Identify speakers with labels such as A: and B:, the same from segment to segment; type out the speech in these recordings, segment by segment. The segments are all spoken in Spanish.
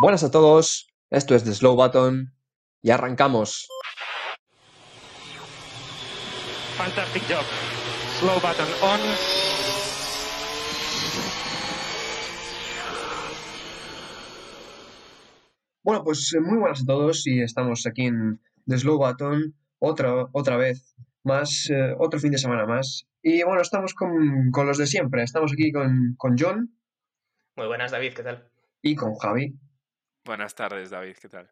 A: Buenas a todos, esto es The Slow Button y arrancamos.
B: Fantastic job. Slow button on.
A: Bueno, pues eh, muy buenas a todos y estamos aquí en The Slow Button otra, otra vez más, eh, otro fin de semana más. Y bueno, estamos con, con los de siempre, estamos aquí con, con John
C: Muy buenas, David, ¿qué tal?
A: y con Javi.
D: Buenas tardes, David, ¿qué tal?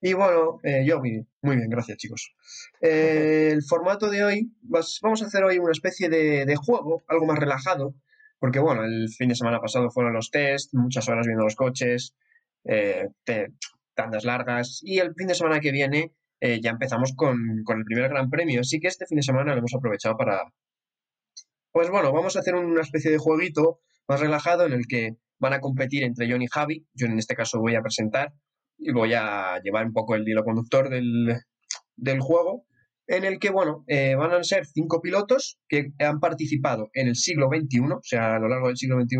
A: Y bueno, eh, yo muy bien, muy bien, gracias chicos. Eh, el formato de hoy, vas- vamos a hacer hoy una especie de, de juego, algo más relajado, porque bueno, el fin de semana pasado fueron los test, muchas horas viendo los coches, eh, te- tandas largas, y el fin de semana que viene eh, ya empezamos con, con el primer Gran Premio, así que este fin de semana lo hemos aprovechado para... Pues bueno, vamos a hacer una especie de jueguito más relajado en el que van a competir entre John y Javi, yo en este caso voy a presentar y voy a llevar un poco el hilo conductor del, del juego, en el que, bueno, eh, van a ser cinco pilotos que han participado en el siglo XXI, o sea, a lo largo del siglo XXI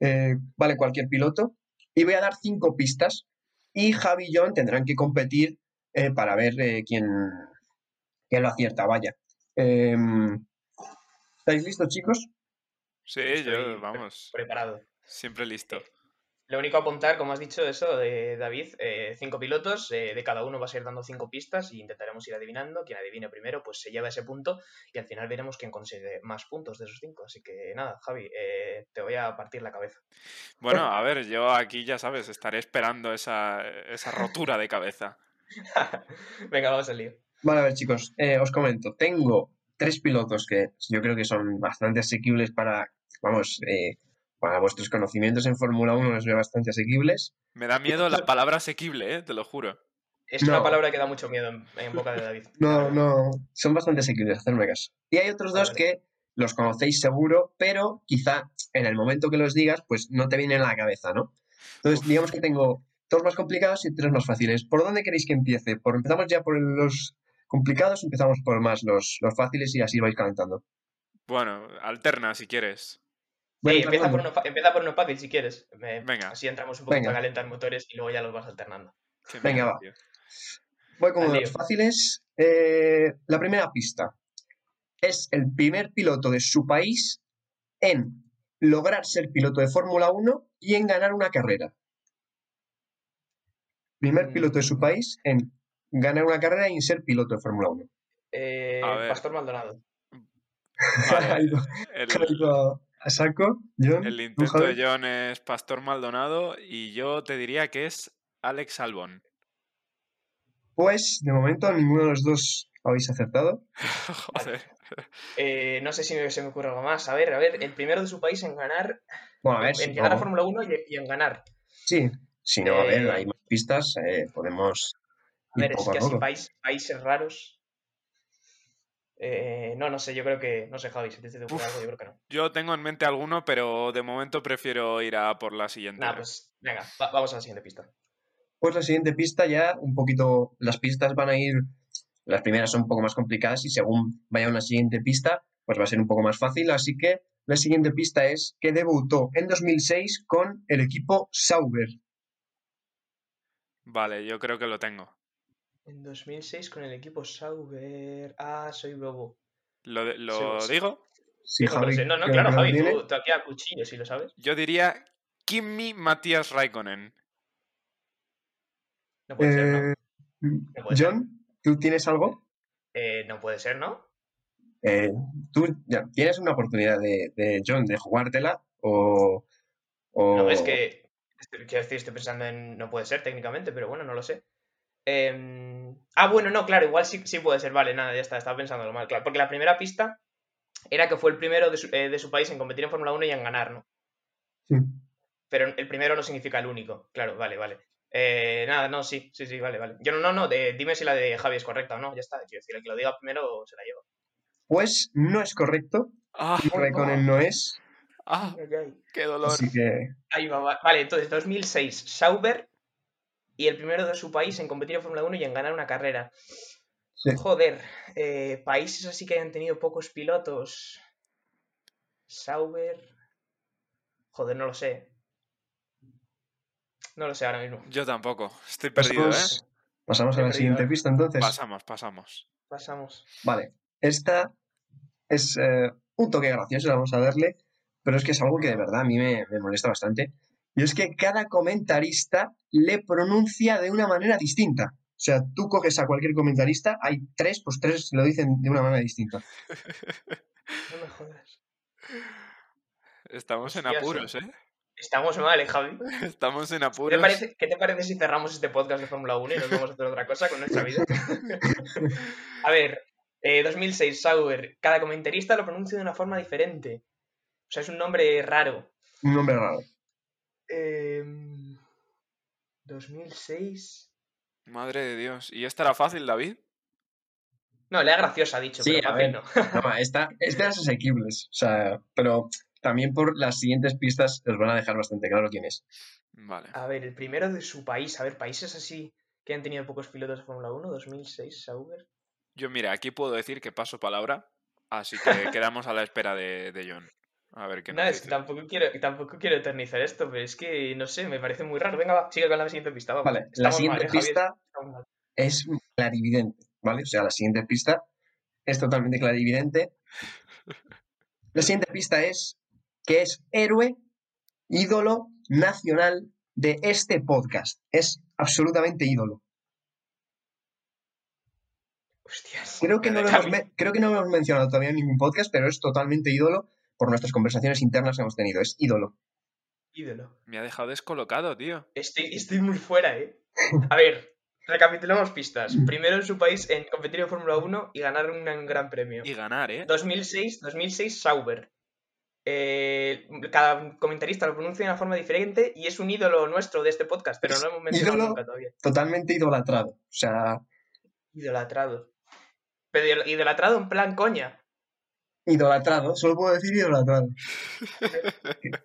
A: eh, vale cualquier piloto, y voy a dar cinco pistas y Javi y John tendrán que competir eh, para ver eh, quién, quién lo acierta, vaya. Em, ¿Estáis listos, chicos?
D: Sí,
C: Estoy
D: yo,
C: pre-
D: vamos,
C: Preparado.
D: siempre listo.
C: Lo único a apuntar, como has dicho eso, de David, eh, cinco pilotos, eh, de cada uno vas a ir dando cinco pistas y intentaremos ir adivinando. Quien adivine primero, pues se lleva ese punto y al final veremos quién consigue más puntos de esos cinco. Así que nada, Javi, eh, te voy a partir la cabeza.
D: Bueno, a ver, yo aquí ya sabes, estaré esperando esa, esa rotura de cabeza.
C: Venga, vamos al lío.
A: Vale, a ver, chicos, eh, os comento. Tengo tres pilotos que yo creo que son bastante asequibles para, vamos, eh, para vuestros conocimientos en Fórmula 1 los veo bastante asequibles.
D: Me da miedo la palabra asequible, ¿eh? te lo juro.
C: Es
A: No.
C: una palabra que da mucho miedo en, en boca de David.
A: No, no, son bastante asequibles, hacerme caso. Y hay otros dos
C: Vale.
A: que los conocéis seguro, pero quizá en el momento que los digas, pues no te vienen a la cabeza, ¿no? Entonces,
D: Uf.
A: digamos que tengo dos más complicados y tres más fáciles. ¿Por dónde queréis que empiece? ¿Por, ¿Empezamos ya por los complicados o empezamos por más los, los fáciles y así vais calentando?
D: Bueno, alterna si quieres.
A: Voy
C: Eh, empieza, por
A: empezando.
C: uno, fa- empieza por uno fácil si quieres. Me-
D: Venga.
C: Así entramos un poquito
A: Venga.
C: a calentar motores y luego ya los vas alternando.
D: Qué
A: Venga,
D: miedo,
A: va.
D: tío.
A: Voy con
C: Al
A: uno de
C: lío.
A: los fáciles. Eh, la primera pista. Es el primer piloto de su país en lograr ser piloto de Fórmula 1 y en ganar una carrera. Primer piloto de su
C: Mm.
A: país en ganar una carrera y en ser piloto de Fórmula 1.
C: Eh,
D: A ver.
C: Pastor Maldonado.
D: Vale, el,
A: Caigo a saco, John,
D: el
A: tú,
D: intento
A: Javi.
D: de John es Pastor Maldonado y yo te diría que es Alex Albon.
A: Pues, de momento, ninguno de los dos habéis acertado.
D: Joder.
C: Eh, no sé si me- se me ocurre algo más. A ver, a ver, el primero de su país en ganar,
A: Bueno, a ver, si
C: en llegar a
A: no-
C: Fórmula 1 y, y en ganar.
A: sí, si no, a ver,
C: Eh,
A: hay más pistas, eh, podemos ir
C: A ver, es
A: poco a
C: que así
A: poco.
C: país- países raros. Eh, no, no sé, yo creo que. No sé, Javi, si te te ocurre
D: Uf.
C: algo, yo creo que no.
D: Yo tengo en mente alguno, pero de momento prefiero ir a por la siguiente.
C: Nada, pues venga, va- vamos a la siguiente pista.
A: Pues la siguiente pista ya, un poquito, las pistas van a ir, las primeras son un poco más complicadas y según vaya una siguiente pista, pues va a ser un poco más fácil. Así que la siguiente pista es que debutó en 2006 con el equipo Sauber.
D: Vale, yo creo que lo tengo.
C: En 2006 con el equipo Sauber. Ah, soy bobo.
D: ¿Lo, de- lo
C: sí.
D: digo?
A: Sí,
C: Hijo, pero
A: Javi,
C: sí- no, no,
A: creo
C: claro,
A: que lo
C: Javi,
A: tiene.
C: tú, tú aquí a cuchillo, si lo sabes.
D: Yo diría Kimi Matías Raikkonen.
C: No puede ser, ¿no?
A: Eh,
C: No puede ser.
A: John, ¿tú tienes algo?
C: Eh, no puede ser, ¿no?
A: Eh, tú ya, tienes una oportunidad de, de, John de jugártela o... o...
C: No, es que. estoy- Quiero decir, estoy pensando en. No puede ser técnicamente, pero bueno, no lo sé. Em, ah, bueno, no, claro, igual sí, sí puede ser. Vale, nada, ya está, estaba pensándolo mal, claro. Porque la primera pista era que fue el primero de su, eh, de su país en competir en Fórmula 1 y en ganar, ¿no?
A: Sí.
C: Pero el primero no significa el único. Claro, vale, vale. Eh, nada, no, sí, sí, sí, vale, vale. Yo no, no, no, de- dime si la de Javi es correcta o no, ya está. Quiero decir, el que lo diga primero se la lleva.
A: Pues no es correcto,
D: ¡Ah!
A: Reconen no es,
D: ¡Ah! ¡Qué dolor!
A: así que...
C: Ahí va, va- Vale, entonces 2006, Sauber y el primero de su país en competir en Fórmula 1 y en ganar una carrera.
A: sí.
C: Joder, eh, países así que hayan tenido pocos pilotos. Sauber. Joder, no lo sé. No lo sé ahora mismo.
D: Yo tampoco. Estoy perdido, ¿eh?
A: Pasamos a
C: Qué
A: la siguiente
C: perdido.
A: pista entonces.
D: Pasamos, pasamos.
C: Pasamos.
A: Vale, esta es eh, un toque gracioso, vamos a darle, pero es que es algo que de verdad a mí me, me molesta bastante. Y es que cada comentarista le pronuncia de una manera distinta. O sea, tú coges a cualquier comentarista, hay tres, pues tres lo dicen de una manera distinta.
C: No me jodas.
D: Estamos en
C: Hostia, sí.
D: apuros, ¿eh?
C: Estamos mal, eh, Javi. ¿Qué
D: Estamos en
C: te,
D: apuros.
C: parece, qué te parece si cerramos este podcast de Fórmula 1 y nos vamos a hacer otra cosa con nuestra vida? a ver, eh, 2006, Sauber. Cada comentarista lo pronuncia de una forma diferente. O sea, es un nombre raro.
A: Un nombre raro.
C: Em, 2006.
D: Madre de Dios. ¿Y esta era fácil, David?
C: No, le da graciosa, ha dicho.
A: Sí,
C: pero
A: a
C: fácil
A: ver.
C: no.
A: No, esta, estas asequibles, o sea, pero también por las siguientes pistas os van a dejar bastante claro quién es.
D: Vale.
C: A ver, el primero de su país. A ver, países así que han tenido pocos pilotos de Fórmula 1. 2006, Sauber.
D: Yo, mira, aquí puedo decir que paso palabra, así que quedamos a la espera de, de John. A ver qué
C: No,
D: nos
C: es que
D: dice.
C: tampoco quiero, tampoco quiero eternizar esto, pero es que, no sé, me parece muy raro. Venga, va, sigue con la siguiente pista. vamos.
A: Vale, la
C: Estamos mal,
A: siguiente
C: eh, Javier,
A: pista
C: estamos mal.
A: es clarividente, ¿vale? O sea, la siguiente pista es totalmente clarividente. La siguiente pista es que es héroe, ídolo nacional de este podcast. Es absolutamente ídolo.
C: Hostias.
A: Creo que, no lo,
C: Venga,
A: hemos, me- creo que no lo hemos mencionado todavía en ningún podcast, pero es totalmente ídolo por nuestras conversaciones internas que hemos tenido. Es ídolo.
C: Ídolo.
D: Me ha dejado descolocado, tío.
C: Estoy, estoy muy fuera, ¿eh? A ver, recapitulamos pistas. Primero en su país en competir en Fórmula 1 y ganar un gran premio.
D: Y ganar, ¿eh?
C: 2006, 2006 Sauber. Eh, cada comentarista lo pronuncia de una forma diferente y es un ídolo nuestro de este podcast, pero no lo hemos mencionado
A: Ídolo.
C: nunca todavía.
A: Totalmente idolatrado. O sea,
C: Idolatrado. Pero idol- idolatrado en plan coña.
A: idolatrado. Solo puedo decir idolatrado.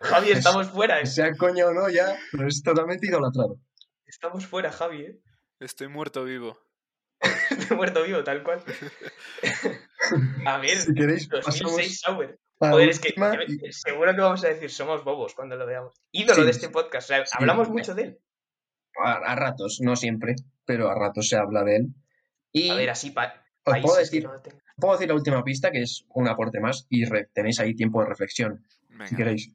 C: Javi, estamos fuera, eh.
A: Sea coña o no ya, pero es totalmente idolatrado.
C: Estamos fuera, Javi, eh.
D: Estoy muerto vivo.
C: Estoy muerto vivo, tal cual. A ver,
A: Si queréis, pasamos
C: 2006 Sauber.
A: a la
C: Joder, es que
A: última y-
C: eh, seguro que vamos a decir somos bobos cuando lo veamos. Ídolo
A: Sí,
C: de este podcast, o sea,
A: sí,
C: hablamos
A: sí.
C: mucho de él.
A: a, a ratos, no siempre, pero a ratos se habla de él. Y
C: A ver, así pa
A: os
C: países
A: puedo
C: que
A: decir,
C: no lo tengan.
A: puedo decir la última pista, que es un aporte más, y re- tenéis ahí tiempo de reflexión, si
D: Venga,
A: queréis.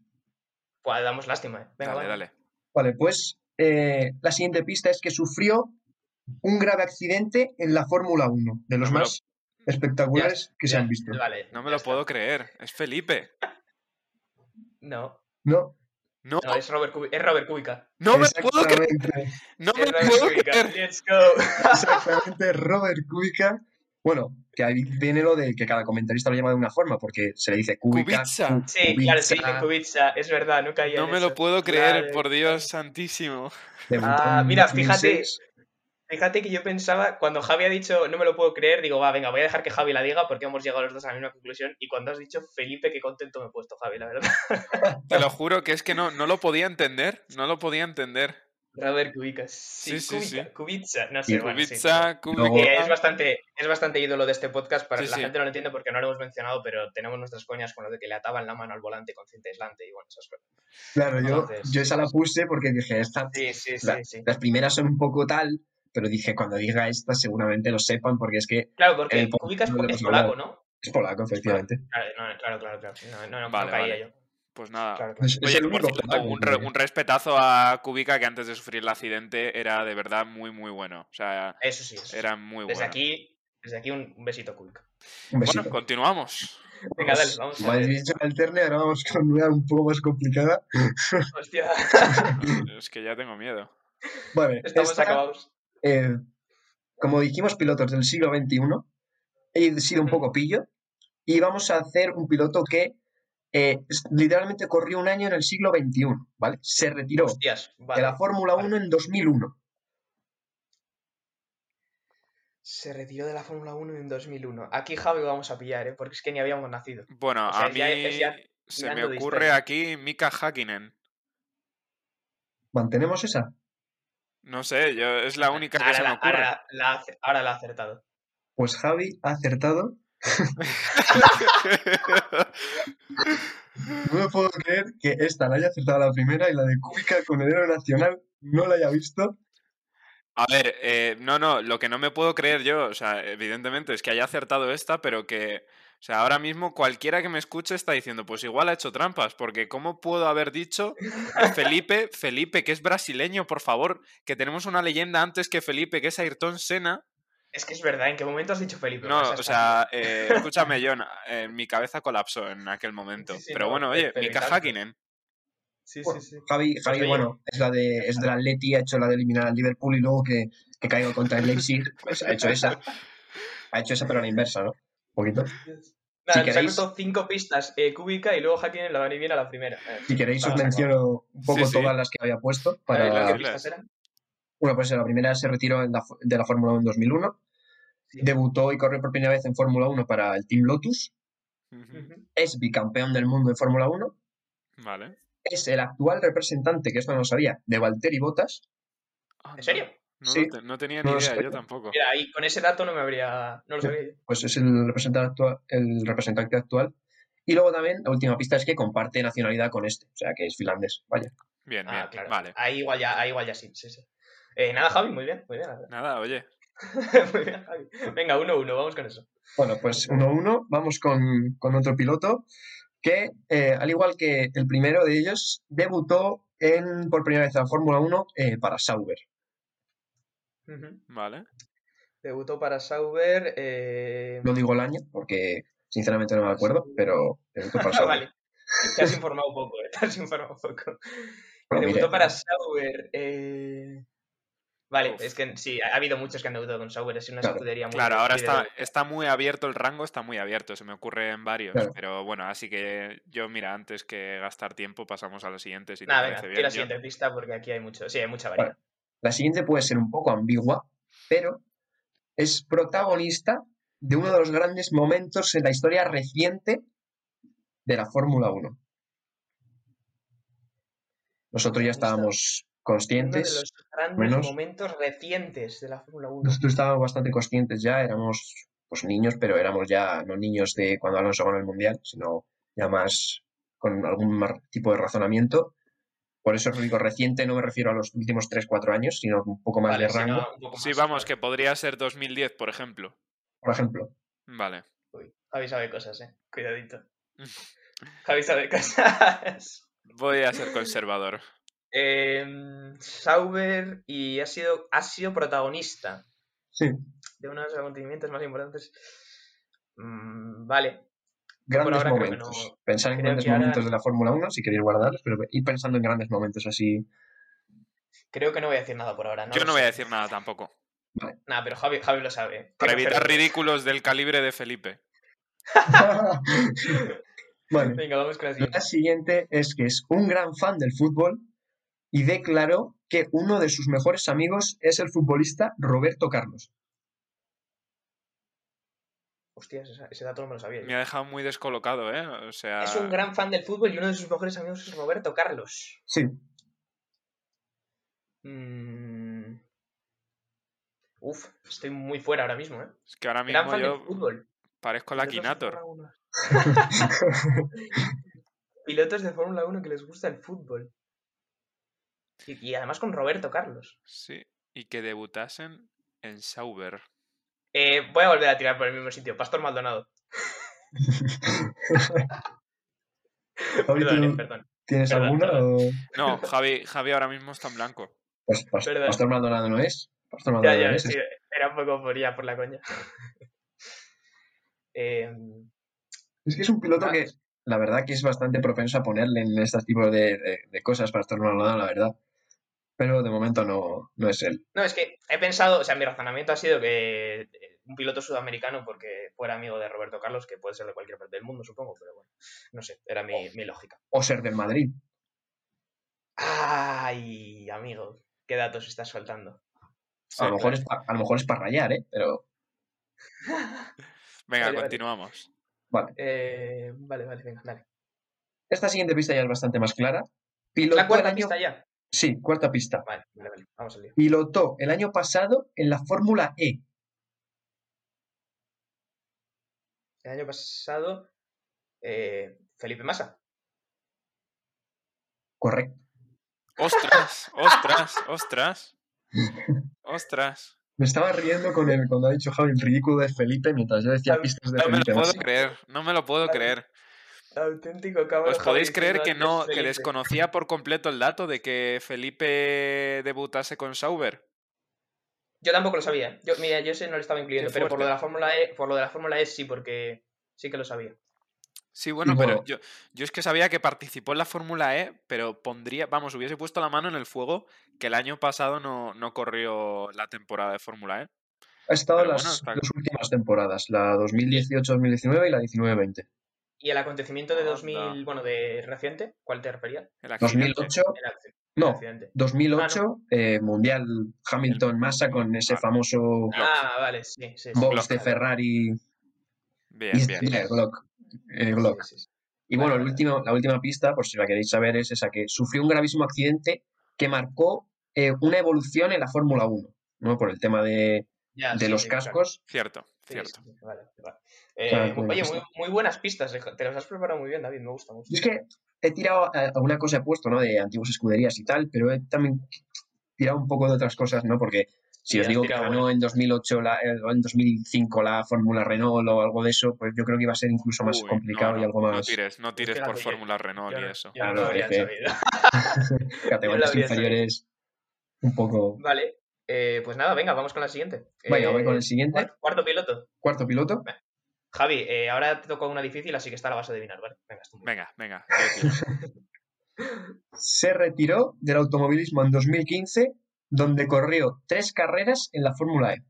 C: Buah, damos lástima, eh. Venga,
D: dale,
C: vale.
D: dale.
A: Vale, pues eh, la siguiente pista es que sufrió un grave accidente en la Fórmula 1, de los
D: No me lo-
A: más espectaculares que se
C: Ya,
A: han visto.
C: Vale,
D: No me
C: ya
D: lo
C: está.
D: puedo creer. Es Felipe.
C: No,
A: No,
D: No,
C: no, es Robert, Kubi- es Robert Kubica.
D: no me puedo creer.
A: exactamente,
D: No
C: Es
D: me
C: Robert
D: puedo
C: Kubica.
D: creer.
C: Let's go.
A: exactamente, Robert Kubica. Bueno, que ahí viene lo de que cada comentarista lo llama de una forma, porque se le dice Kubica.
D: Kubica.
A: Ku-
C: Sí, claro, sí,
A: Kubica,
C: Kubica, es verdad, no caía
D: No
C: en
D: me lo
C: eso.
D: puedo creer,
C: Claro,
D: por
C: claro.
D: Dios santísimo.
A: debutó
C: Ah,
A: en
C: mira, fíjate,
A: 2006.
C: Fíjate que yo pensaba, cuando Javi ha dicho no me lo puedo creer, digo, va, venga, voy a dejar que Javi la diga porque hemos llegado los dos a la misma conclusión. Y cuando has dicho Felipe, qué contento me he puesto, Javi, la verdad.
D: Te lo juro que es que no, no lo podía entender. No lo podía entender.
C: Robert Kubica, sí,
D: Sí, sí,
C: Kubica,
D: sí.
C: Kubica, no sé, bueno, sí.
D: Kubica,
A: Luego-
C: Eh, es
D: Kubica.
C: bastante, es bastante ídolo de este podcast, para
D: Sí,
C: la
D: sí.
C: gente no lo entiende porque no lo hemos mencionado, pero tenemos nuestras coñas con lo de que le ataban la mano al volante con cinta aislante y bueno, esas cosas.
A: Claro, yo,
C: Entonces, pues
A: yo esa la puse porque dije, esta,
C: Sí, sí, sí,
A: la-
C: sí.
A: las primeras son un poco tal, pero dije, cuando diga esta seguramente lo sepan porque es que
C: Claro, porque
A: el po-
C: Kubica es,
A: no
C: po-
A: le
C: es
A: hemos hablado.
C: polaco, ¿no?
A: es polaco, efectivamente.
C: Claro, no, claro, claro, claro. No, no, no,
D: Vale,
C: no caía
D: vale.
C: yo.
D: Pues nada.
C: Claro, claro.
A: Es, es
D: Oye,
A: el
D: por
A: único
D: cierto,
A: polaco,
D: un, re-
A: porque-
D: un respetazo a Kubica que antes de sufrir el accidente era de verdad muy, muy bueno. O sea,
C: Eso sí. eso sí.
D: era muy bueno.
C: Desde aquí, desde aquí un, un besito a Kubica.
A: un besito.
D: Bueno, continuamos.
C: Venga, dale,
A: Pues,
C: vamos a
A: como habéis
C: ver.
A: dicho alterne, ahora vamos con una un poco más complicada.
C: Hostia,
D: es que ya tengo miedo.
A: Vale,
C: estamos
A: esta,
C: acabados.
A: eh, como dijimos, pilotos del siglo XXI, he sido un
C: Ujú.
A: poco pillo y vamos a hacer un piloto que eh, es- literalmente corrió un año en el siglo XXI, ¿vale? Se retiró
C: Hostias,
A: de
C: vale.
A: la Fórmula
C: vale.
A: 1 en 2001.
C: Se retiró de la Fórmula 1 en 2001. Aquí Javi lo vamos a pillar, ¿eh? porque es que ni habíamos nacido.
D: Bueno,
C: O sea,
D: a
C: es
D: mí
C: ya- es ya
D: se me
C: tirando de
D: ocurre
C: historia.
D: aquí Mika Hakkinen.
A: ¿Mantenemos esa?
D: No sé, yo es la única que
C: ahora,
D: se me
C: la,
D: ocurre.
C: ahora la ha ace- ahora la ha acertado.
A: Pues Javi ha acertado. No me puedo creer que esta la haya acertado la primera y la de Kubica con el héroe nacional no la haya visto.
D: A ver, eh, no, no, lo que no me puedo creer yo, o sea, evidentemente es que haya acertado esta, pero que, o sea, ahora mismo cualquiera que me escuche está diciendo, pues igual ha hecho trampas, porque ¿cómo puedo haber dicho a Felipe, Felipe, que es brasileño, por favor, que tenemos una leyenda antes que Felipe, que es Ayrton Senna?
C: Es que es verdad, ¿en qué momento has dicho Felipe?
D: No,
C: Pues
D: o
C: ya
D: sea,
C: está.
D: eh, escúchame, John, eh, mi cabeza colapsó en aquel momento.
C: Sí, sí,
D: pero
C: no,
D: bueno,
C: te-
D: oye,
C: te
D: Mika
C: encanta.
D: Hakkinen.
C: Sí,
A: Bueno,
C: sí, sí.
A: Javi, Javi
C: oye.
A: bueno, es la de es del Atleti, ha hecho la de eliminar al Liverpool y luego que, que caiga contra el Leipzig, pues ha hecho esa. Ha hecho esa, pero a la inversa, ¿no? Un poquito.
C: Nada,
A: si
C: nos
A: queréis-
C: ha costado cinco pistas eh, cúbica y luego Hakkinen la van y viene a la primera. Eh,
A: Si queréis, os
C: vamos a
A: menciono un poco
D: Sí, sí.
A: todas las que había puesto.
C: acabar.
A: Para...
C: ¿Sabes las que
D: Claro.
C: pistas eran?
A: Bueno, pues la primera se retiró en la fu- de la Fórmula 1 en 2001.
C: Sí.
A: Debutó y corrió por primera vez en Fórmula 1 para el Team Lotus.
D: Ujú,
C: Ujú.
A: Es bicampeón del mundo en Fórmula 1.
D: Vale.
A: Es el actual representante, que esto no lo sabía, de Valtteri Bottas.
D: Ah, no,
C: ¿En serio?
D: No,
A: Sí.
D: no te- no tenía ni
A: No lo
D: idea,
A: sabía.
D: yo tampoco.
C: Mira, ahí con ese dato no me habría. No lo
A: Sí.
C: sabía. yo.
A: Pues es el representante actual. El representante actual. Y luego también, la última pista es que comparte nacionalidad con este, o sea que es finlandés, vaya.
D: Bien, bien,
C: Ah, claro.
D: vale.
C: Ahí igual ya, ahí igual ya sí, sí, sí. Eh, nada, Javi, muy bien, muy bien, la
D: Nada, oye,
C: verdad. Muy bien, Javi. Venga, uno, uno, vamos con eso.
A: Bueno, pues 1-1, vamos con, con otro piloto que, eh, al igual que el primero de ellos, debutó en, por primera vez en la Fórmula 1 eh, para Sauber.
C: Ujú.
D: vale.
C: Debutó para Sauber. Eh...
A: No digo el año porque sinceramente no me acuerdo, pero debutó para Sauber.
C: Ah, vale. Te has informado poco, eh, te has informado poco.
A: Bueno, eh,
C: debutó
A: mire,
C: para Sauber. eh, Vale,
D: Uf.
C: es que sí, ha ha habido muchos que han debutado con Sauber, es una
A: Claro.
C: escudería muy.
D: Claro, ahora
C: muy de-
D: está, está muy abierto el rango, está muy abierto, se me ocurre en varios,
A: Claro.
D: pero bueno, así que yo, mira, antes que gastar tiempo, pasamos a la siguiente, si te
C: Nada, venga,
D: parece
C: tira
D: bien.
C: la
D: John.
C: siguiente pista porque aquí hay mucho. Sí, hay mucha variedad.
A: la siguiente puede ser un poco ambigua, pero es protagonista de uno de los grandes momentos en la historia reciente de la Fórmula 1. Nosotros ya estábamos
C: Uno de
A: conscientes.
C: los grandes
A: menos-
C: momentos recientes de la Fórmula 1.
A: Nosotros estábamos bastante conscientes ya, éramos pues niños, pero éramos ya no niños de cuando Alonso ganó el Mundial, sino ya más con algún mar- tipo de razonamiento. Por eso digo reciente, no me refiero a los últimos 3-4 años, sino un poco más
C: Vale,
A: de
C: si no,
A: rango.
C: un poco
D: Sí,
C: más,
D: vamos,
C: claro.
D: que podría ser 2010, por ejemplo.
A: Por ejemplo,
D: Vale.
C: Uy, Javi sabe cosas, eh. Cuidadito. Javi sabe cosas.
D: Voy a ser conservador.
C: Em, Sauber y ha sido, ha sido protagonista
A: sí,
C: de uno de los acontecimientos más importantes. Mm, vale.
A: grandes
C: ahora creo que
A: momentos.
C: no.
A: Pensar en
C: Creo
A: grandes
C: que ahora-
A: momentos de la Fórmula 1, si queréis guardarlos, pero ir pensando en grandes momentos así.
C: Creo que no voy a decir nada por ahora. No
D: yo
C: lo
D: no voy a
C: sé.
D: decir nada tampoco.
C: Nada, pero Javi, Javi lo sabe. eh.
D: Para
C: Creo que
D: evitar
C: lo-
D: ridículos del calibre de Felipe.
A: Vale.
C: Venga, vamos con la
A: La
C: siguiente.
A: siguiente es que es un gran fan del fútbol y declaró que uno de sus mejores amigos es el futbolista Roberto Carlos.
C: Hostias, esa- ese dato no me lo sabía. yo.
D: Me ha dejado muy descolocado, ¿eh? O sea...
C: Es un gran fan del fútbol y uno de sus mejores amigos es Roberto Carlos.
A: Sí,
C: Mm. Uf, estoy muy fuera ahora mismo, ¿eh?
D: Es que ahora
C: Gran
D: mismo
C: fan del
D: yo
C: fútbol.
D: parezco la Akinator.
C: Pilotos de Fórmula 1 que les gusta el fútbol. Y, y además con Roberto Carlos.
D: Sí, y que debutasen en Sauber.
C: Eh, voy a volver a tirar por el mismo sitio. Pastor Maldonado.
A: Javi,
C: Perdón, eh,
A: ¿tú
C: perdón.
A: ¿tienes
C: Perdón,
A: alguna?
C: perdón.
A: o-
D: No, Javi, Javi ahora mismo está en blanco.
A: Pues Pas-
C: Perdón.
A: Pastor Maldonado no es. Pastor
C: Ya,
A: Maldonado no
C: ya,
A: es.
C: sí, era un poco por, ya por la coña. Eh,
A: Es que es un piloto
C: Ah.
A: que la verdad que es bastante propenso a ponerle en estos tipos de, de- de cosas para Pastor Maldonado, la verdad. Pero de momento no, no es él.
C: no, es que he pensado, o sea, mi razonamiento ha sido que eh, un piloto sudamericano, porque fuera amigo de Roberto Carlos, que puede ser de cualquier parte del mundo, supongo, pero bueno, no sé, era mi, mi lógica.
A: O ser del Madrid.
C: Ay, amigo, qué datos estás soltando.
D: Sí,
A: A lo, mejor
D: claro.
A: es pa- a lo mejor es para rayar, ¿eh? Pero
D: Venga,
C: Vale, vale.
D: continuamos.
A: vale.
C: Eh, vale, vale, venga, dale.
A: Esta siguiente pista ya es bastante más clara. Pilotó
C: La
A: el
C: cuarta
A: año-
C: pista ya.
A: Sí, cuarta pista.
C: Vale, vale, vale, vamos al lío.
A: Pilotó el año pasado en la Fórmula E.
C: El año pasado, eh, Felipe Massa.
A: Correcto.
D: Ostras, ostras, ostras. Ostras.
A: Me estaba riendo con el, cuando ha dicho Javi el ridículo de Felipe mientras yo decía pistas de
D: No me lo
A: Felipe.
D: puedo
A: Massa.
D: creer, no me lo puedo creer.
C: Auténtico cabrón.
D: ¿Os podéis creer que no, que
A: ¿eh?
C: les
D: desconocía por completo el dato de que Felipe debutase con Sauber?
C: Yo tampoco lo sabía. Yo, mira, yo ese no lo estaba incluyendo,
D: Qué
C: pero por
D: fuerte.
C: lo de la Fórmula E, por lo de la Fórmula E sí, porque sí que lo sabía.
D: Sí, bueno,
A: bueno.
D: pero yo, yo es que sabía que participó en la Fórmula E, pero pondría, vamos, hubiese puesto la mano en el fuego que el año pasado no, no corrió la temporada de Fórmula E.
A: Ha estado
D: Pero
A: las
D: bueno, está-
A: dos últimas temporadas, la 2018-2019 y la 19-20.
C: ¿Y el acontecimiento de
D: Anda.
C: 2000, bueno, de reciente? ¿Cuál te refería?
D: El accidente.
A: 2008,
C: El acc- el
A: no,
C: accidente.
A: 2008, eh, Mundial Hamilton-Massa con ese
D: Vale.
A: famoso
D: Glock.
C: Ah, vale, sí, sí. sí.
A: box de
C: Vale.
A: Ferrari
D: Bien,
A: y
D: bien.
A: el Glock. eh,
C: Sí,
A: Glock.
C: sí, sí.
A: Y bueno, el
C: Vale, vale.
A: último- la última pista, por si la queréis saber, es esa que sufrió un gravísimo accidente que marcó eh, una evolución en la Fórmula 1, ¿no? Por el tema de,
C: Ya,
A: de
C: Ah, sí,
A: los
C: sí, claro.
A: cascos.
D: Cierto,
C: Sí,
D: cierto.
C: sí, sí, vale, vale.
A: Claro,
C: Eh,
A: muy buena
C: oye, muy,
A: pista.
C: muy buenas pistas. eh, Te las has preparado muy bien, David. Me gusta mucho.
A: Yo es que he tirado eh, alguna cosa, he puesto, ¿no? De antiguas escuderías y tal, pero he también tirado un poco de otras cosas, ¿no? Porque si
C: Sí,
A: os
C: has
A: digo que
C: tirado
A: ganó
C: buenas.
A: en 2008 la- eh, o en 2005 la Fórmula Renault o algo de eso, pues yo creo que iba a ser incluso más
D: Uy, no,
A: complicado
D: no,
A: y algo
D: No
A: más
D: tires, no tires
C: la
D: por
C: pillé.
D: Fórmula Renault
C: Yo
D: y
C: no-
D: eso.
C: yo no
A: Claro,
C: lo habría
A: es que-
C: sabido.
A: categorías
C: habría sabido.
A: inferiores un poco...
C: Vale, eh, pues nada, venga, vamos con la siguiente.
A: Venga, voy con
C: Eh,
A: el siguiente.
C: cuar- Cuarto piloto.
A: Cuarto piloto.
C: Javi, eh, ahora te toca una difícil, así que esta la vas a adivinar, ¿vale? Venga, es tu turno.
D: Venga, venga. yo tiro.
A: se retiró del automovilismo en 2015, donde corrió tres carreras en la Fórmula E.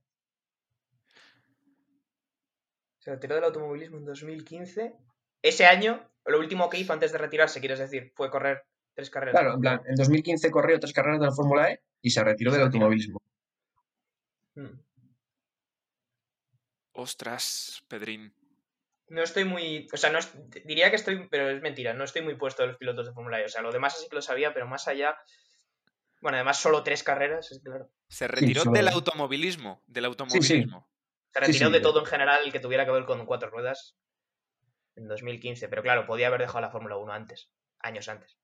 C: Se retiró del automovilismo en 2015. Ese año, lo último que hizo antes de retirarse, quieres decir, fue correr tres carreras.
A: Claro, en plan, en 2015 corrió tres carreras de la Fórmula E y se retiró del automovilismo.
C: Mm.
D: Ostras, Pedrín.
C: No estoy muy. O sea, no es- diría que estoy. Pero es mentira, no estoy muy puesto de los pilotos de Fórmula E. O sea, lo demás sí que lo sabía, pero más allá. Bueno, además, solo tres carreras, es claro.
D: Se retiró del
A: solo-
D: automovilismo. Del automovilismo.
A: Sí,
C: Se retiró
A: sí,
C: de
A: eh.
C: todo en general el que tuviera que ver con cuatro ruedas en 2015. Pero claro, podía haber dejado la Fórmula 1 antes, años antes.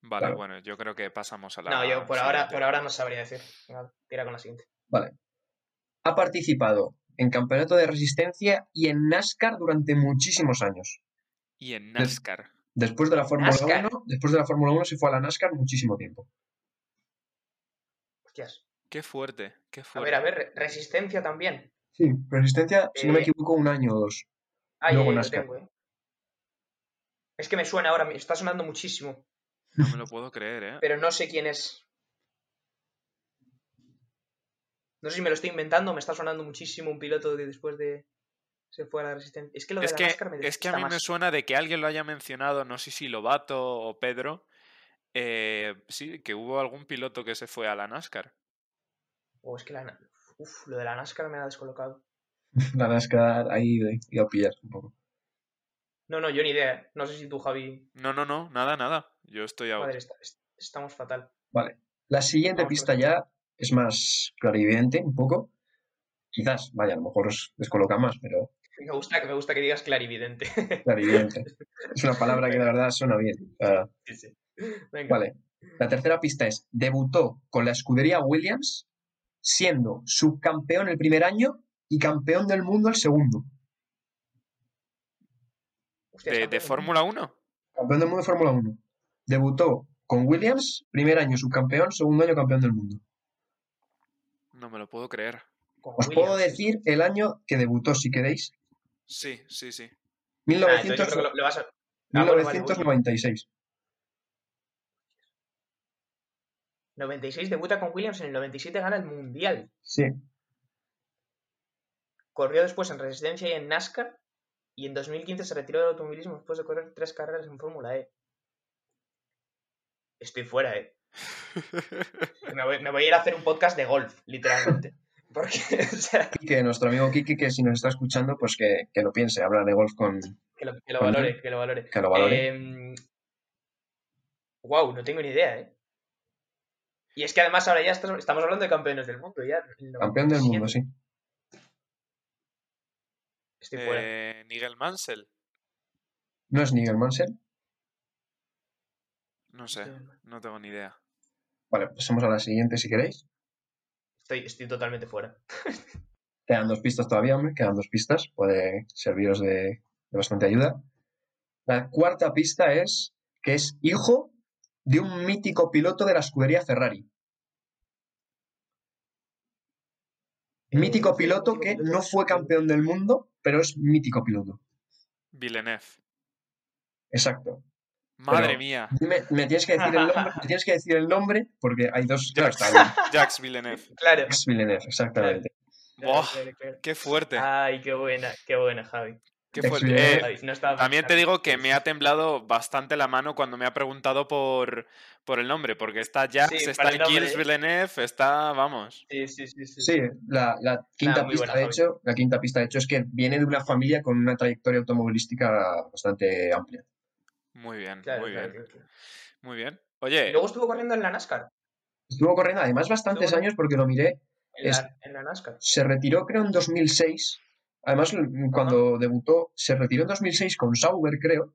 D: Vale,
A: Claro.
D: bueno, yo creo que pasamos a la.
C: No, yo por ahora,
D: siguiente.
C: por ahora no sabría decir. Venga, tira con la siguiente.
A: Ha participado en campeonato de resistencia y en NASCAR durante muchísimos años.
D: Y en NASCAR.
A: Después de la Fórmula
C: NASCAR.
A: 1, después de la Fórmula 1 se fue a la NASCAR muchísimo tiempo.
C: Hostias.
D: Qué fuerte, qué
C: A
D: fuerte.
C: ver, a ver, re- resistencia también.
A: Sí, resistencia, si no me
C: Eh,
A: equivoco, un año o dos.
C: Ay,
A: Luego
C: ay, lo
A: NASCAR.
C: tengo, eh. Es que me suena ahora, me está sonando muchísimo,
D: No me lo puedo creer, ¿eh?
C: pero no sé quién es. No sé si me lo estoy inventando, me está sonando muchísimo un piloto que después de se fue a la resistencia. Es que lo de
D: Es
C: la
D: que,
C: NASCAR me
D: es que a
C: despista
D: mí me
C: más.
D: suena de que alguien lo haya mencionado, no sé si Lobato o Pedro. eh, sí, que hubo algún piloto que se fue a la NASCAR.
C: O Oh, es que la na- Uf, lo de la NASCAR me ha descolocado.
A: La NASCAR ahí eh, iba a pillar un poco.
C: No, no, yo ni idea. eh. No sé si tú, Javi.
D: No, no, no, nada, nada. Yo estoy out.
C: Madre, esta- est- estamos fatal.
A: La siguiente
C: Vamos,
A: pista
C: pues.
A: ya es más clarividente un poco. Quizás, vaya, a lo mejor os descoloca más, pero
C: Me gusta, me gusta que digas clarividente.
A: clarividente. es una palabra que la verdad suena bien. Ah,
C: Sí, sí. Venga.
A: vale. La tercera pista es, debutó con la escudería Williams, siendo subcampeón el primer año y campeón del mundo el segundo.
C: Hostia,
D: ¿De, de
C: está todo bien.
D: Fórmula 1?
A: Campeón del mundo de Fórmula 1. Debutó con Williams, primer año subcampeón, segundo año campeón del mundo.
D: No me lo puedo creer.
C: Con
A: Os
C: Williams,
A: puedo
C: sí, sí.
A: decir el año que debutó, si queréis.
D: Sí, sí, sí.
C: Ah, entonces yo
A: 1900
C: creo que lo- le vas a- Ah, bueno, vale, Williams.
A: 1996.
C: 96 debuta con Williams, en el 97 gana el Mundial.
A: Sí.
C: Corrió después en Resistencia y en NASCAR. Y en 2015 se retiró del automovilismo después de correr tres carreras en Fórmula E. Estoy fuera, eh. Me voy, me voy a ir a hacer un podcast de golf, literalmente. Porque, o sea,
A: Quique, nuestro amigo Quique, que si nos está escuchando, pues que, que lo piense, hablar de golf con
C: que lo, que lo
A: Bueno.
C: valore, que lo valore.
A: que lo
C: Eh,
A: valore.
C: wow, no tengo ni idea, eh. Y es que además ahora ya estás- estamos hablando de campeones del mundo, ya. el
A: Campeón del mundo,
C: 97.
A: sí.
C: Estoy fuera.
D: Eh, Nigel Mansell.
A: No es Nigel Mansell.
D: No sé, no tengo ni idea.
A: Vale, pasemos a la siguiente si queréis.
C: Estoy, estoy totalmente fuera.
A: Quedan dos pistas todavía, hombre. Quedan dos pistas. Puede serviros de, de bastante ayuda. La cuarta pista es que es hijo de un mítico piloto de la escudería Ferrari. Mítico piloto que no fue campeón del mundo, pero es mítico piloto.
D: Villeneuve.
A: Exacto.
D: Madre
A: Pero-
D: mía.
A: Dime, me tienes que decir el nombre, me tienes que decir el nombre porque hay dos. Claro,
D: Jax,
A: está bien.
D: Jax Villeneuve.
C: Claro.
A: Max Villeneuve, exactamente.
C: claro,
D: Buah.
C: claro, claro.
D: Qué fuerte.
C: Ay, qué buena, qué buena, Javi.
D: Qué
A: Jax
D: fuerte.
A: Villeneuve.
D: Este. Eh,
C: Javi, no estaba
D: También te
C: pensando.
D: digo que me ha temblado bastante la mano cuando me ha preguntado por, por el nombre, porque está Jax,
C: Sí,
D: está
C: para el nombre,
D: Gilles
C: ¿eh?
D: Villeneuve, está, vamos.
C: Sí, sí, sí. sí.
A: Sí, la, la quinta
C: muy
A: pista
C: buena,
A: de
C: Javi.
A: hecho, la quinta pista de hecho es que viene de una familia con una trayectoria automovilística bastante amplia.
D: Muy bien,
C: Claro,
D: muy
C: claro,
D: bien,
C: claro, claro.
D: muy bien.
C: Y
D: Oye,
C: Luego estuvo corriendo en la NASCAR.
A: Estuvo corriendo además bastantes
C: Seguro.
A: años porque lo miré.
C: En,
A: Es-
C: la, en la NASCAR.
A: Se retiró creo en 2006. Además, l- cuando debutó, se retiró en 2006 con Sauber, creo.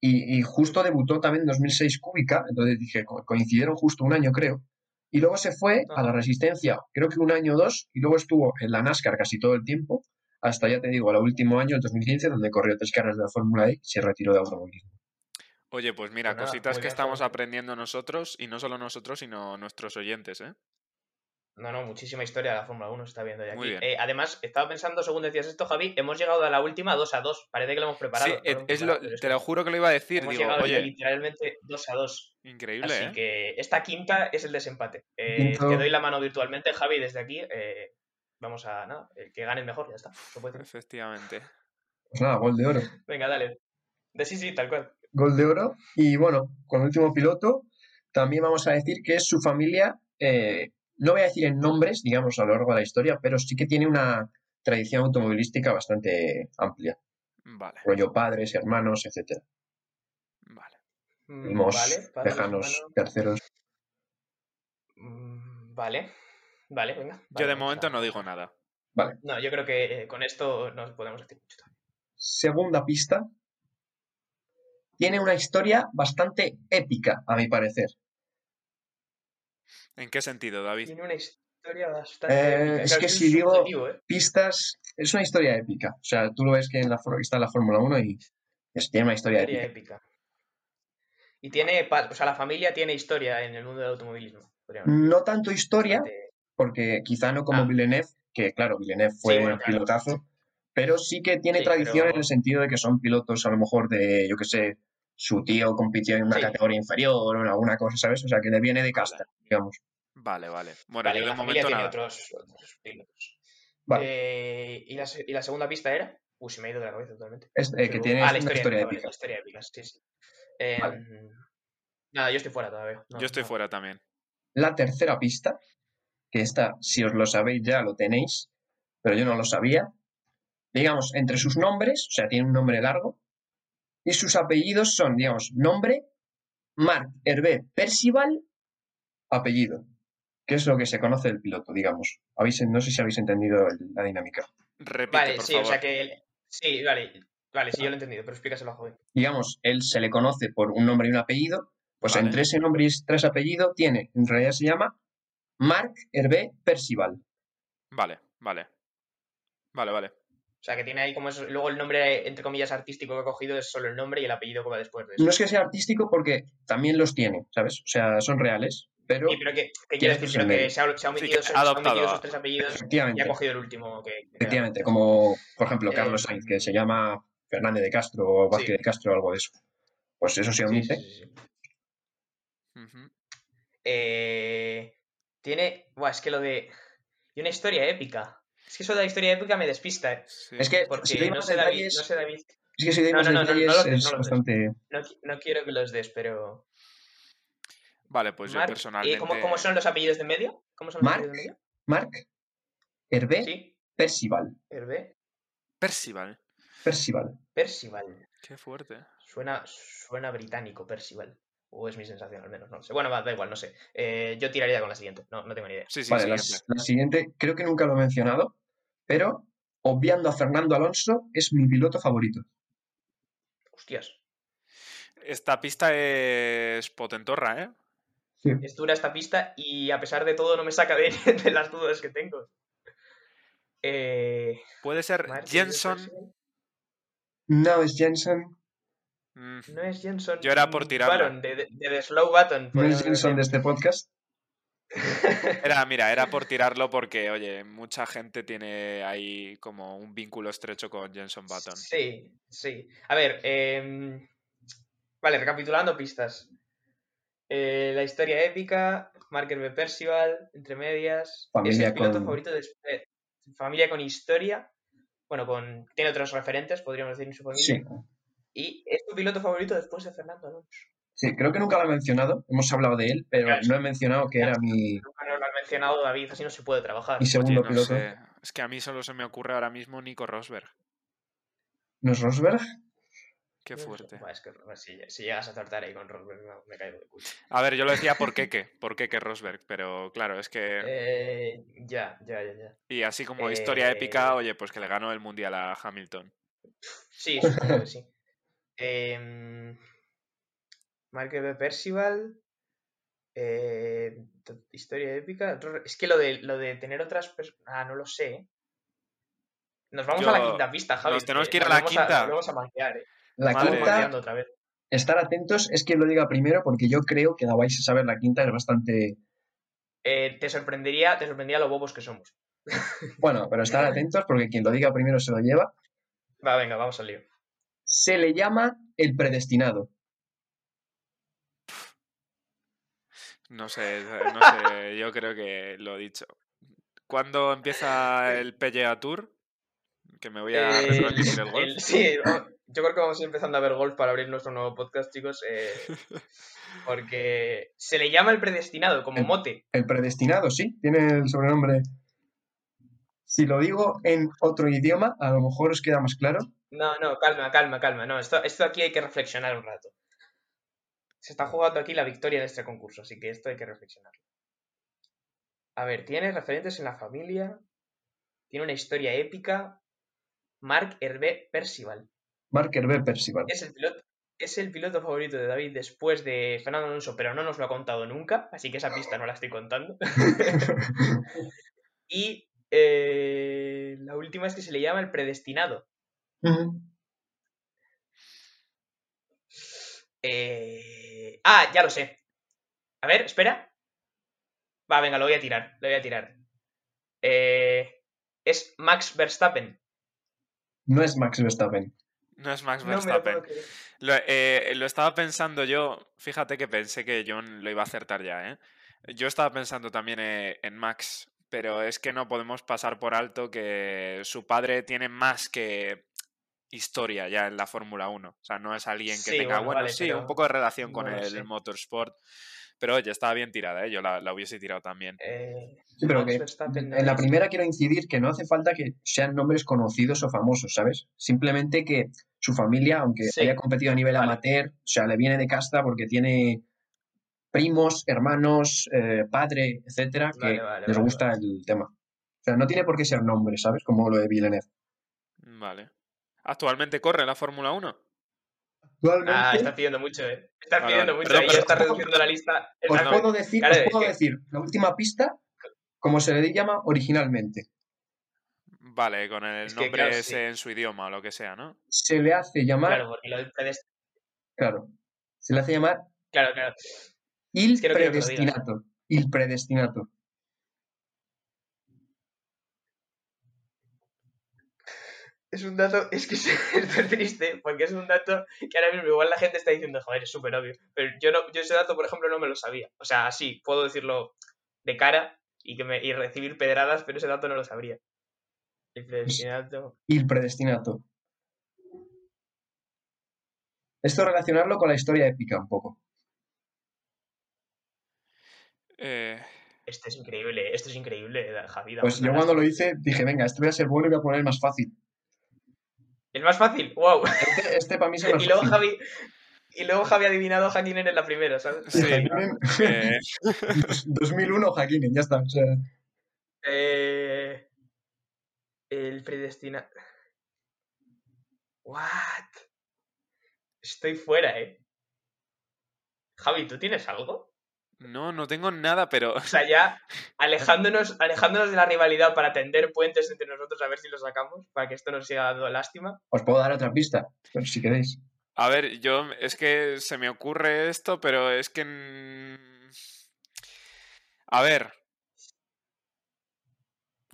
A: Y, y justo debutó también en 2006 Kubica. Entonces dije, co- coincidieron justo un año, creo. Y luego se fue a la Resistencia, creo que un año o dos. Y luego estuvo en la NASCAR casi todo el tiempo. Hasta ya te digo, el último año, el 2015, donde corrió tres carreras de la Fórmula E y se retiró de automovilismo.
D: oye, pues mira,
C: Pues nada,
D: cositas
C: muy
D: que
C: bien,
D: estamos
C: Javi.
D: aprendiendo nosotros, y no solo nosotros, sino nuestros oyentes, ¿eh?
C: No, no, muchísima historia de la Fórmula 1 se está viendo ya aquí.
D: Muy bien.
C: Eh, además, estaba pensando, según decías esto, Javi, hemos llegado a la última 2 a 2. Parece que lo hemos
D: Sí,
C: preparado. no lo
D: es-
C: hemos
D: es
C: preparado,
D: lo-
C: pero es
D: te
C: que
D: lo juro que lo iba a decir,
C: Hemos
D: digo,
C: llegado ya
D: oye,
C: literalmente 2 a 2.
D: increíble,
C: Así
D: ¿eh?
C: que esta quinta es el desempate. Eh,
A: Quinto.
C: Te doy la mano virtualmente, Javi, desde aquí. eh, vamos a. Nada, el que gane el mejor, ya está. se puede.
D: Efectivamente.
A: Pues nada, gol de oro.
C: Venga, dale. De sí, sí, tal cual.
A: gol de oro. Y bueno, con el último piloto, también vamos a decir que su familia, eh, no voy a decir en nombres, digamos, a lo largo de la historia, pero sí que tiene una tradición automovilística bastante amplia.
D: Vale,
A: Rollo padres, hermanos, etcétera.
D: vale.
C: Mm,
A: Primos,
C: padre,
A: lejanos,
C: hermano.
A: terceros.
C: Mm, Vale. Vale, venga.
D: Yo
C: vale,
D: de
C: vamos
D: momento
C: a-
D: no digo nada.
C: No, yo creo que eh, con esto nos podemos decir mucho.
A: Segunda pista. Tiene una historia bastante épica, a mi parecer.
D: ¿En qué sentido, David?
C: Tiene una historia bastante.
A: Eh,
C: épica.
A: es
C: Claro,
A: que
C: es
A: si digo-
C: subjetivo, ¿eh?
A: Pistas, es una historia épica. O sea, tú lo ves que en la, for- está en la Fórmula 1 y es- tiene una historia
C: Historia
A: épica.
C: épica. Y tiene. pa- O sea, la familia tiene historia en el mundo del automovilismo. podríamos
A: No tanto Mm, historia,
C: decir.
A: porque quizá no como
C: Ah.
A: Villeneuve, que claro, Villeneuve fue
C: Sí, bueno, claro.
A: pilotazo, pero sí que tiene
C: Sí,
A: tradición en
C: pero-
A: el sentido de que son pilotos a lo mejor de, yo qué sé, su tío compitió en una
C: Sí.
A: categoría inferior o en alguna cosa, ¿sabes? O sea, que le viene de casta, digamos.
D: Vale, vale. Bueno,
C: Vale,
D: yo de
C: la familia
D: momento
C: tiene
D: nada.
C: otros, otros pilotos.
A: Vale,
C: Eh, ¿y, la, se- y la segunda pista era? Uy, se me ha ido de la cabeza totalmente.
A: es- eh, que
C: Pero-
A: tiene
C: ah,
A: una
C: la
A: historia,
C: historia, épica, vale,
A: épica.
C: la historia épica, sí, sí. Eh,
A: Vale.
C: Nada, yo estoy fuera todavía. no,
D: Yo estoy
C: no.
D: fuera también.
A: La tercera pista, que esta, si os lo sabéis ya lo tenéis, pero yo no lo sabía. Digamos, entre sus nombres, o sea, tiene un nombre largo, y sus apellidos son, digamos, nombre, Mark Hervé Percival, apellido, que es lo que se conoce del piloto, digamos. Habéis, no sé si habéis entendido el- la dinámica.
D: Repite,
C: Vale,
D: por
C: sí,
D: favor.
C: o sea que. el- Sí, vale, vale, sí, yo lo he entendido, pero explícaselo a Javi.
A: Digamos, él se le conoce por un nombre y un apellido, pues
D: Vale.
A: entre ese nombre y tres apellidos tiene, en realidad se llama Mark Hervé Percival.
D: Vale, vale. Vale, vale.
C: O sea que tiene ahí como eso. Luego el nombre, entre comillas, artístico que ha cogido es solo el nombre y el apellido que va después de eso.
A: No es que sea artístico porque también los tiene, ¿sabes? O sea, son reales, pero
C: Sí, pero que, ¿qué quiero decir?
A: sus
C: Pero que
A: medios.
C: se ha, se ha omitido,
D: que ha
C: se- se ha
D: adoptado
C: omitido
D: a-
C: esos tres apellidos y ha
A: efectivamente,
C: cogido el último que. que quedaba.
A: efectivamente, como por ejemplo
C: Eh,
A: Carlos Sainz, que se llama Fernández de Castro o Vázquez
C: sí.
A: de Castro o algo de eso. Pues eso se
C: Sí,
A: omite.
C: sí, sí, sí.
D: Ujú.
C: Eh, tiene. Buah, es que lo de. Y una historia épica. Es que eso de la historia épica me despista, eh.
D: Sí.
A: Es que
C: Porque
A: si doy
C: no
A: más
C: sé, David,
A: detalles,
C: no sé, David.
A: es que si doy
C: No,
A: más
C: no, no, no, no
A: detalles
C: los des,
A: es
C: no los des.
A: bastante.
C: No, qui- no quiero que los des, pero.
D: Vale, pues yo
C: Marc, eh,
D: personalmente.
C: ¿cómo, cómo son los apellidos de en medio? ¿Cómo son los
A: Marc,
C: apellidos de en
A: Mark Hervé
C: medio? Sí,
A: Percival.
C: Hervé,
D: Percival.
A: Percival.
C: Percival.
D: Qué fuerte.
C: Suena, suena británico, Percival. O es mi sensación, al menos, no lo sé. Bueno, va, da igual, no sé. Eh, yo tiraría con la siguiente, no, no tengo ni idea.
D: Sí, sí,
A: vale, la,
D: siguiente.
A: la siguiente, creo que nunca lo he mencionado, pero obviando a Fernando Alonso, es mi piloto favorito.
C: Hostias.
D: esta pista es potentorra, ¿eh?
A: Sí.
C: Es dura esta pista y a pesar de todo no me saca de, de las dudas que tengo. Eh,
D: Puede ser
C: Martin
D: Jenson.
C: Jefferson.
A: No, es Jensen.
D: Mm,
C: No es Jenson.
D: Yo era por tirarla.
C: Baron, de, de- de The Slow Button.
A: No es
C: podríamos
A: Jensen de
C: decir.
A: este podcast.
D: Era, mira, era por tirarlo porque, oye, mucha gente tiene ahí como un vínculo estrecho con Jenson Button.
C: Sí, sí. A ver, em, vale, recapitulando pistas. Eh, la historia épica, Marker B. Percival, entre medias. es
A: Familia
C: el piloto
A: con-
C: favorito de Spe- familia con historia. Bueno, con tiene otros referentes, podríamos decir, en su familia.
A: Sí.
C: Y es tu piloto favorito después de Fernando Alonso.
A: Sí, creo que nunca lo he mencionado. Hemos hablado de él, pero
C: Claro, sí.
A: no he mencionado que era mi,
C: Nunca nos lo has mencionado, David, así no se puede trabajar.
A: mi
D: Oye,
A: segundo
D: Pues no
A: piloto.
D: sé, Es que a mí solo se me ocurre ahora mismo Nico Rosberg.
A: ¿No es Rosberg?
D: Qué fuerte.
C: Buah, es que si, si llegas a acertar ahí con Rosberg, me, me caigo de culo.
D: A ver, yo lo decía por Keke, por Keke Rosberg, pero claro, es que.
C: Eh, ya, ya, ya, ya.
D: Y así como historia
C: eh,
D: épica, oye, pues que le ganó el mundial a Hamilton.
C: Sí, supongo que sí. Em, Mark B. Percival. eh, to- historia épica. otro re- Es que lo de, lo de tener otras personas. Ah, no lo sé. eh. Nos vamos a la
D: Yo-
C: quinta pista, Javi.
D: nos tenemos
C: eh,
D: que ir a la
C: volvemos
D: quinta.
C: volvemos a manquear, eh,
A: La
D: Madre
C: estamos
A: quinta,
C: manqueando otra vez.
A: estar atentos, es quien lo diga primero, porque yo creo que la vais a saber. La quinta es bastante.
C: Eh, te sorprendería, te sorprendería lo bobos que somos.
A: Bueno, pero estar atentos, porque quien lo diga primero se lo lleva.
C: Va, venga, vamos al lío.
A: Se le llama el predestinado.
D: No sé, no sé, yo creo que lo he dicho. ¿Cuándo empieza el PGA Tour? Que me voy a
C: Eh,
D: reproducir el
C: el-
D: golf.
C: el- sí, va- yo creo que vamos a ir empezando a ver golf para abrir nuestro nuevo podcast, chicos. eh, porque se le llama el predestinado, como
A: El-
C: mote.
A: El predestinado, sí, tiene el sobrenombre. Si lo digo en otro idioma, a lo mejor os queda más claro.
C: No, no, calma, calma, calma. No, esto, esto aquí hay que reflexionar un rato. Se está jugando aquí la victoria de este concurso, así que esto hay que reflexionarlo. A ver, tiene referentes en la familia, tiene una historia épica. Mark Hervé Percival.
A: Marker B. Percival.
C: Es el piloto, es el piloto favorito de David después de Fernando Alonso, pero no nos lo ha contado nunca, así que esa pista no la estoy contando. y eh, la última es que se le llama el predestinado.
A: Ujú.
C: Eh, Ah, ya lo sé. A ver, espera. Va, venga, lo voy a tirar, lo voy a tirar. Eh, es Max Verstappen.
A: No es Max Verstappen.
D: No es Max
C: No me lo
D: Verstappen.
C: puedo creer.
D: Lo, eh, lo estaba pensando yo, fíjate que pensé que John lo iba a acertar ya, ¿eh? Yo estaba pensando también eh, en Max, pero es que no podemos pasar por alto que su padre tiene más que historia ya en la Fórmula 1. O sea, no es alguien que
C: Sí,
D: tenga,
C: bueno,
D: bueno,
C: vale,
D: sí, un
C: pero
D: poco de relación con
C: no lo
D: el
C: sé.
D: motorsport. Pero oye, estaba bien tirada, ¿eh? Yo la, la hubiese tirado también.
C: Eh,
A: Sí, pero
C: Max
A: que
C: Verstappen,
A: en la
C: David.
A: primera quiero incidir que no hace falta que sean nombres conocidos o famosos, ¿sabes? Simplemente que su familia, aunque
C: Sí.
A: haya competido a nivel
C: Vale.
A: amateur, o sea, le viene de casta porque tiene primos, hermanos, eh, padre, etcétera, que
C: Vale, vale,
A: les
C: vale,
A: gusta el tema. O sea, no tiene por qué ser nombres, ¿sabes? Como lo de Villeneuve.
D: Vale. ¿Actualmente corre la Fórmula 1?
A: Actualmente,
C: Ah, estás pidiendo mucho, eh. Estás
D: Vale,
C: pidiendo
D: vale.
C: mucho
D: Perdón,
C: ahí,
D: perdón,
C: estás
A: perdón,
C: reduciendo la lista.
A: os
C: Estás-
A: puedo decir,
C: claro,
A: os
C: es
A: puedo
C: que-
A: decir, la última pista, como se le llama originalmente.
D: Vale, con el
C: Es que,
D: nombre
C: claro, sí.
D: ese en su idioma o lo que sea, ¿no?
A: Se le hace llamar,
C: Claro,
A: claro,
C: porque lo del predest-
A: se le hace llamar
C: Claro, claro.
A: Il
C: que no quiero que lo digas.
A: predestinato. Il predestinato.
C: Es un dato, es que es, es triste, porque es un dato que ahora mismo igual la gente está diciendo, joder, es súper obvio. Pero yo no, yo ese dato, por ejemplo, no me lo sabía. O sea, sí, puedo decirlo de cara y que me, y recibir pedradas, pero ese dato no lo sabría. "Este El
A: Pues
C: predestinato.
A: Il predestinato. Esto relacionarlo con la historia épica un poco.
D: Eh,
C: Esto este es increíble, esto es increíble, Javi.
A: Pues
C: damos
A: yo
C: ganas.
A: cuando lo hice dije, venga, esto voy a ser bueno y voy a poner el más fácil.
C: El más fácil, wow.
A: Este, este para mí es el más
C: Y luego
A: fácil.
C: Javi. Y luego Javi ha adivinado a Hakkinen en la primera, ¿sabes?
D: Sí.
A: Hakkinen,
D: eh,
A: 2001 Hakkinen, ya está. o sea,
C: Eh, el predestinado. What? Estoy fuera, eh. Javi, ¿tú tienes algo?
D: No, no tengo nada, pero.
C: O sea, ya alejándonos, alejándonos de la rivalidad para tender puentes entre nosotros a ver si lo sacamos, para que esto nos siga dando lástima.
A: Os puedo dar otra pista, pero si queréis.
D: A ver, yo es que se me ocurre esto, pero es que. mm, A ver.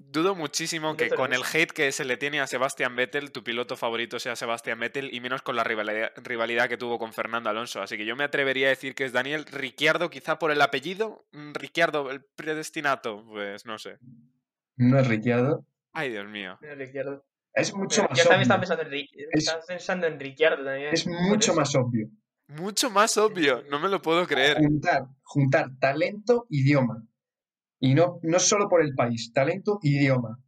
D: Dudo muchísimo que
C: Inténtalo.
D: con el hate que se le tiene a Sebastián Vettel, tu piloto favorito sea Sebastián Vettel, y menos con la rivalidad, rivalidad que tuvo con Fernando Alonso. Así que yo me atrevería a decir que es Daniel Ricciardo, quizá por el apellido. mm, Ricciardo, el predestinato, pues no sé.
A: No es Ricciardo.
D: Ay, Dios mío.
C: Mira, Ricciardo.
A: Es mucho
C: Mira,
A: más
C: Yo también estaba
A: obvio.
C: pensando en, Ri-
A: Es-
C: estaba pensando en Ricciardo también.
A: Es
C: por
A: mucho
C: eso.
A: más obvio.
D: Mucho más obvio, no me lo puedo creer.
A: Juntar, juntar talento, idioma. Y no, no solo por el país, talento, idioma.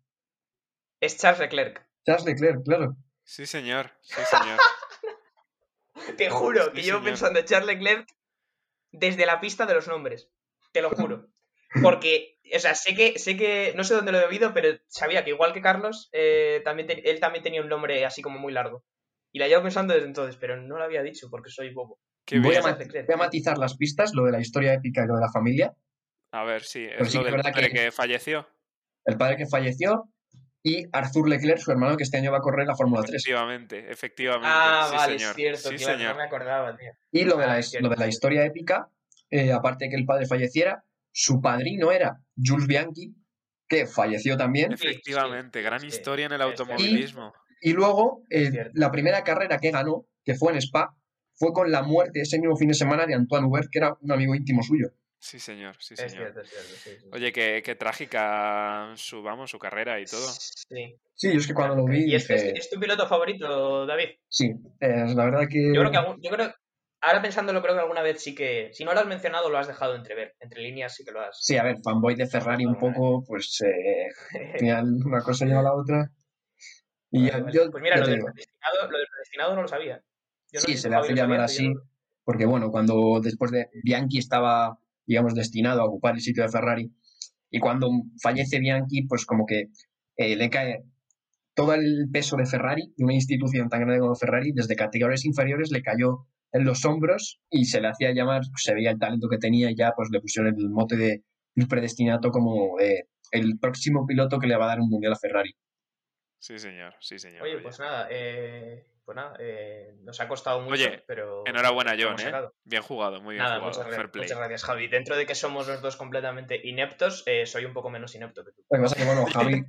C: Es Charles Leclerc.
A: Charles Leclerc, claro.
D: Sí, señor. Sí, señor.
C: Te juro
D: Sí,
C: que yo
D: señor.
C: pensando en Charles Leclerc desde la pista de los nombres. Te lo juro. Porque, o sea, sé que, sé que, no sé dónde lo he oído, pero sabía que igual que Carlos, eh, también te- él también tenía un nombre así como muy largo. Y la llevo pensando desde entonces, pero no lo había dicho porque soy bobo.
D: Qué
A: voy,
D: bien.
A: a
C: bien.
A: mat- voy a matizar las pistas, lo de la historia épica y lo de la familia.
D: A ver, sí,
A: Pero
D: es
A: sí
D: lo
A: que es
D: del
A: verdad
D: padre
A: que-
D: que... falleció.
A: El padre que falleció y Arthur Leclerc, su hermano, que este año va a correr la Fórmula 3.
D: Efectivamente, efectivamente.
C: Ah,
D: Mm, sí,
C: vale,
D: señor.
C: es cierto,
D: sí,
C: claro,
D: señor.
C: no me acordaba, tío.
A: Y lo de,
C: Ah,
A: la,
C: es
A: lo de la
C: cierto.
A: historia épica, eh, aparte de que el padre falleciera, su padrino era Jules Bianchi, que falleció también.
C: sí,
D: Efectivamente, gran
C: sí,
D: historia en el
C: es
D: automovilismo.
A: Y luego, eh,
C: cierto.
A: la primera carrera que ganó, que fue en Spa, fue con la muerte ese mismo fin de semana de Antoine Hubert, que era un amigo íntimo suyo.
D: Sí, señor, sí,
C: Es
D: señor.
C: cierto, es cierto. sí, sí.
D: Oye, qué, qué trágica su, vamos, su carrera y todo.
C: Sí.
A: Sí, yo es que cuando lo vi
C: Ah, ¿Y es,
A: dije,
C: es- es tu piloto favorito, David?
A: sí, eh, la verdad que...
C: Yo creo que algún- yo creo, ahora pensándolo, creo que alguna vez sí que, si no lo has mencionado, lo has dejado entrever. Entre líneas sí que lo has.
A: Sí, a ver, fanboy de Ferrari un poco, pues eh, al final una cosa lleva a la otra. Y
C: Vale,
A: ya-
C: vale.
A: yo,
C: pues mira,
A: ya
C: lo
A: te
C: del,
A: digo,
C: predestinado, lo del predestinado no lo sabía. Yo no
A: sí,
C: sé si
A: se le
C: Javi
A: hace
C: lo
A: llamar
C: sabía, pero
A: así,
C: yo no-
A: porque bueno, cuando después de Bianchi estaba, digamos, destinado a ocupar el sitio de Ferrari, y cuando fallece Bianchi, pues como que eh, le cae todo el peso de Ferrari, de una institución tan grande como Ferrari, desde categorías inferiores le cayó en los hombros y se le hacía llamar, se veía el talento que tenía y ya pues le pusieron el mote de el predestinato como eh, el próximo piloto que le va a dar un mundial a Ferrari.
D: Sí, señor, sí, señor.
C: Oye,
D: oye.
C: pues nada, eh, pues nada, eh, nos ha costado mucho,
D: Oye,
C: pero.
D: Enhorabuena,
C: lo
D: John,
C: hemos
D: ¿eh?
C: sacado.
D: Bien jugado, muy bien
C: Nada,
D: jugado.
C: muchas, gra-
D: Fair play.
C: muchas gracias, Javi. Dentro de que somos los dos completamente ineptos, eh, soy un poco menos inepto que tú.
A: Lo que pasa que, bueno, Javi,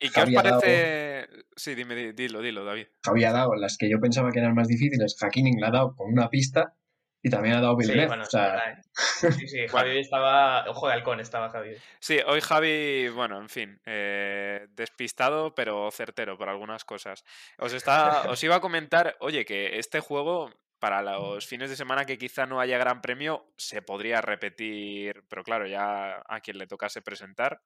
D: ¿Y qué os
A: Javi ha dado-
D: parece? Sí, dime, di- dilo, dilo, David.
A: Javi ha dado las que yo pensaba que eran más difíciles, Hakkinen la ha dado con una pista y también ha dado Bill
C: Sí,
A: Leff,
C: bueno,
A: o sea,
C: es verdad, ¿eh? Sí, sí, Javi estaba. Ojo de halcón estaba Javi.
D: Sí, hoy Javi, bueno, en fin, eh, despistado pero certero por algunas cosas. Os, está, os iba a comentar, oye, que este juego para los fines de semana que quizá no haya gran premio se podría repetir, pero claro, ya a quien le tocase presentar.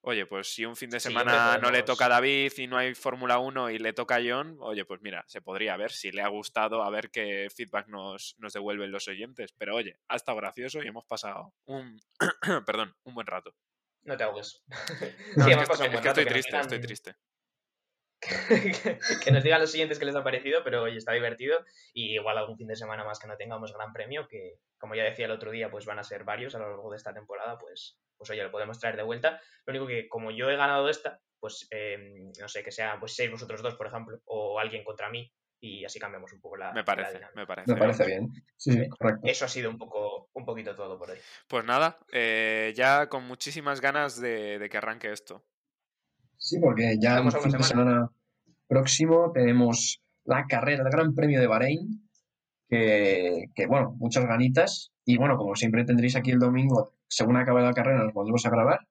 D: Oye, pues si un fin de
C: Sí, hombre,
D: semana no le toca a
C: podemos-
D: David y no hay Fórmula 1 y le toca a John, oye, pues mira, se podría ver si le ha gustado, a ver qué feedback nos, nos devuelven los oyentes. Pero oye, ha estado gracioso y hemos pasado un, perdón, un buen rato.
C: No te ahogues.
D: No,
C: sí,
D: es que,
C: hemos
D: estoy,
C: pasado un
D: es
C: buen
D: que
C: rato,
D: estoy
C: que nos
D: triste, estoy
C: digan-
D: triste.
C: que nos digan los siguientes que les ha parecido, pero oye, está divertido. Y igual algún fin de semana más que no tengamos gran premio, que como ya decía el otro día, pues van a ser varios a lo largo de esta temporada, pues, pues oye, lo podemos traer de vuelta. Lo único que como yo he ganado esta, pues eh, no sé, que sea, pues seis vosotros dos, por ejemplo, o alguien contra mí, y así cambiamos un poco la,
D: Me
C: la
D: parece,
C: dinámica.
D: me parece.
A: me parece
D: vamos.
A: bien. Sí, sí,
C: Sí.
A: correcto.
C: Eso ha sido un poco, un poquito todo por hoy.
D: Pues nada, eh, ya con muchísimas ganas de, de que arranque esto.
A: Sí, porque ya el
C: Estamos a una
A: fin de
C: semana.
A: semana próximo tenemos la carrera, el Gran Premio de Bahrein, que, que, bueno, muchas ganitas. Y bueno, como siempre tendréis aquí el domingo, según acabe la carrera, nos volvemos a grabar.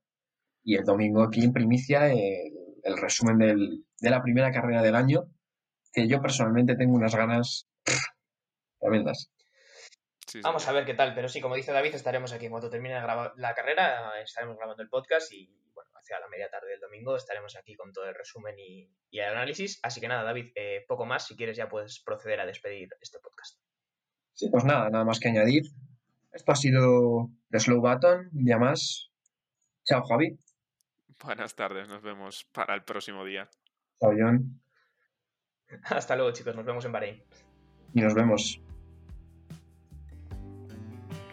A: Y el domingo aquí en primicia el, el resumen del- de la primera carrera del año, que yo personalmente tengo unas ganas tremendas.
D: Sí,
C: Vamos
D: señor.
C: a ver qué tal, pero sí, como dice David, estaremos aquí. Cuando termine de graba- la carrera, estaremos grabando el podcast y, bueno, hacia la media tarde del domingo estaremos aquí con todo el resumen y, y el análisis. Así que nada, David, eh, poco más. Si quieres, ya puedes proceder a despedir este podcast.
A: Sí, pues nada, nada más que añadir. Esto ha sido The Slow Button, un día más. Chao, Javi.
D: Buenas tardes, nos vemos para el próximo día.
A: Chao, John.
C: Hasta luego, chicos. Nos vemos en Bahrein.
A: Y nos vemos.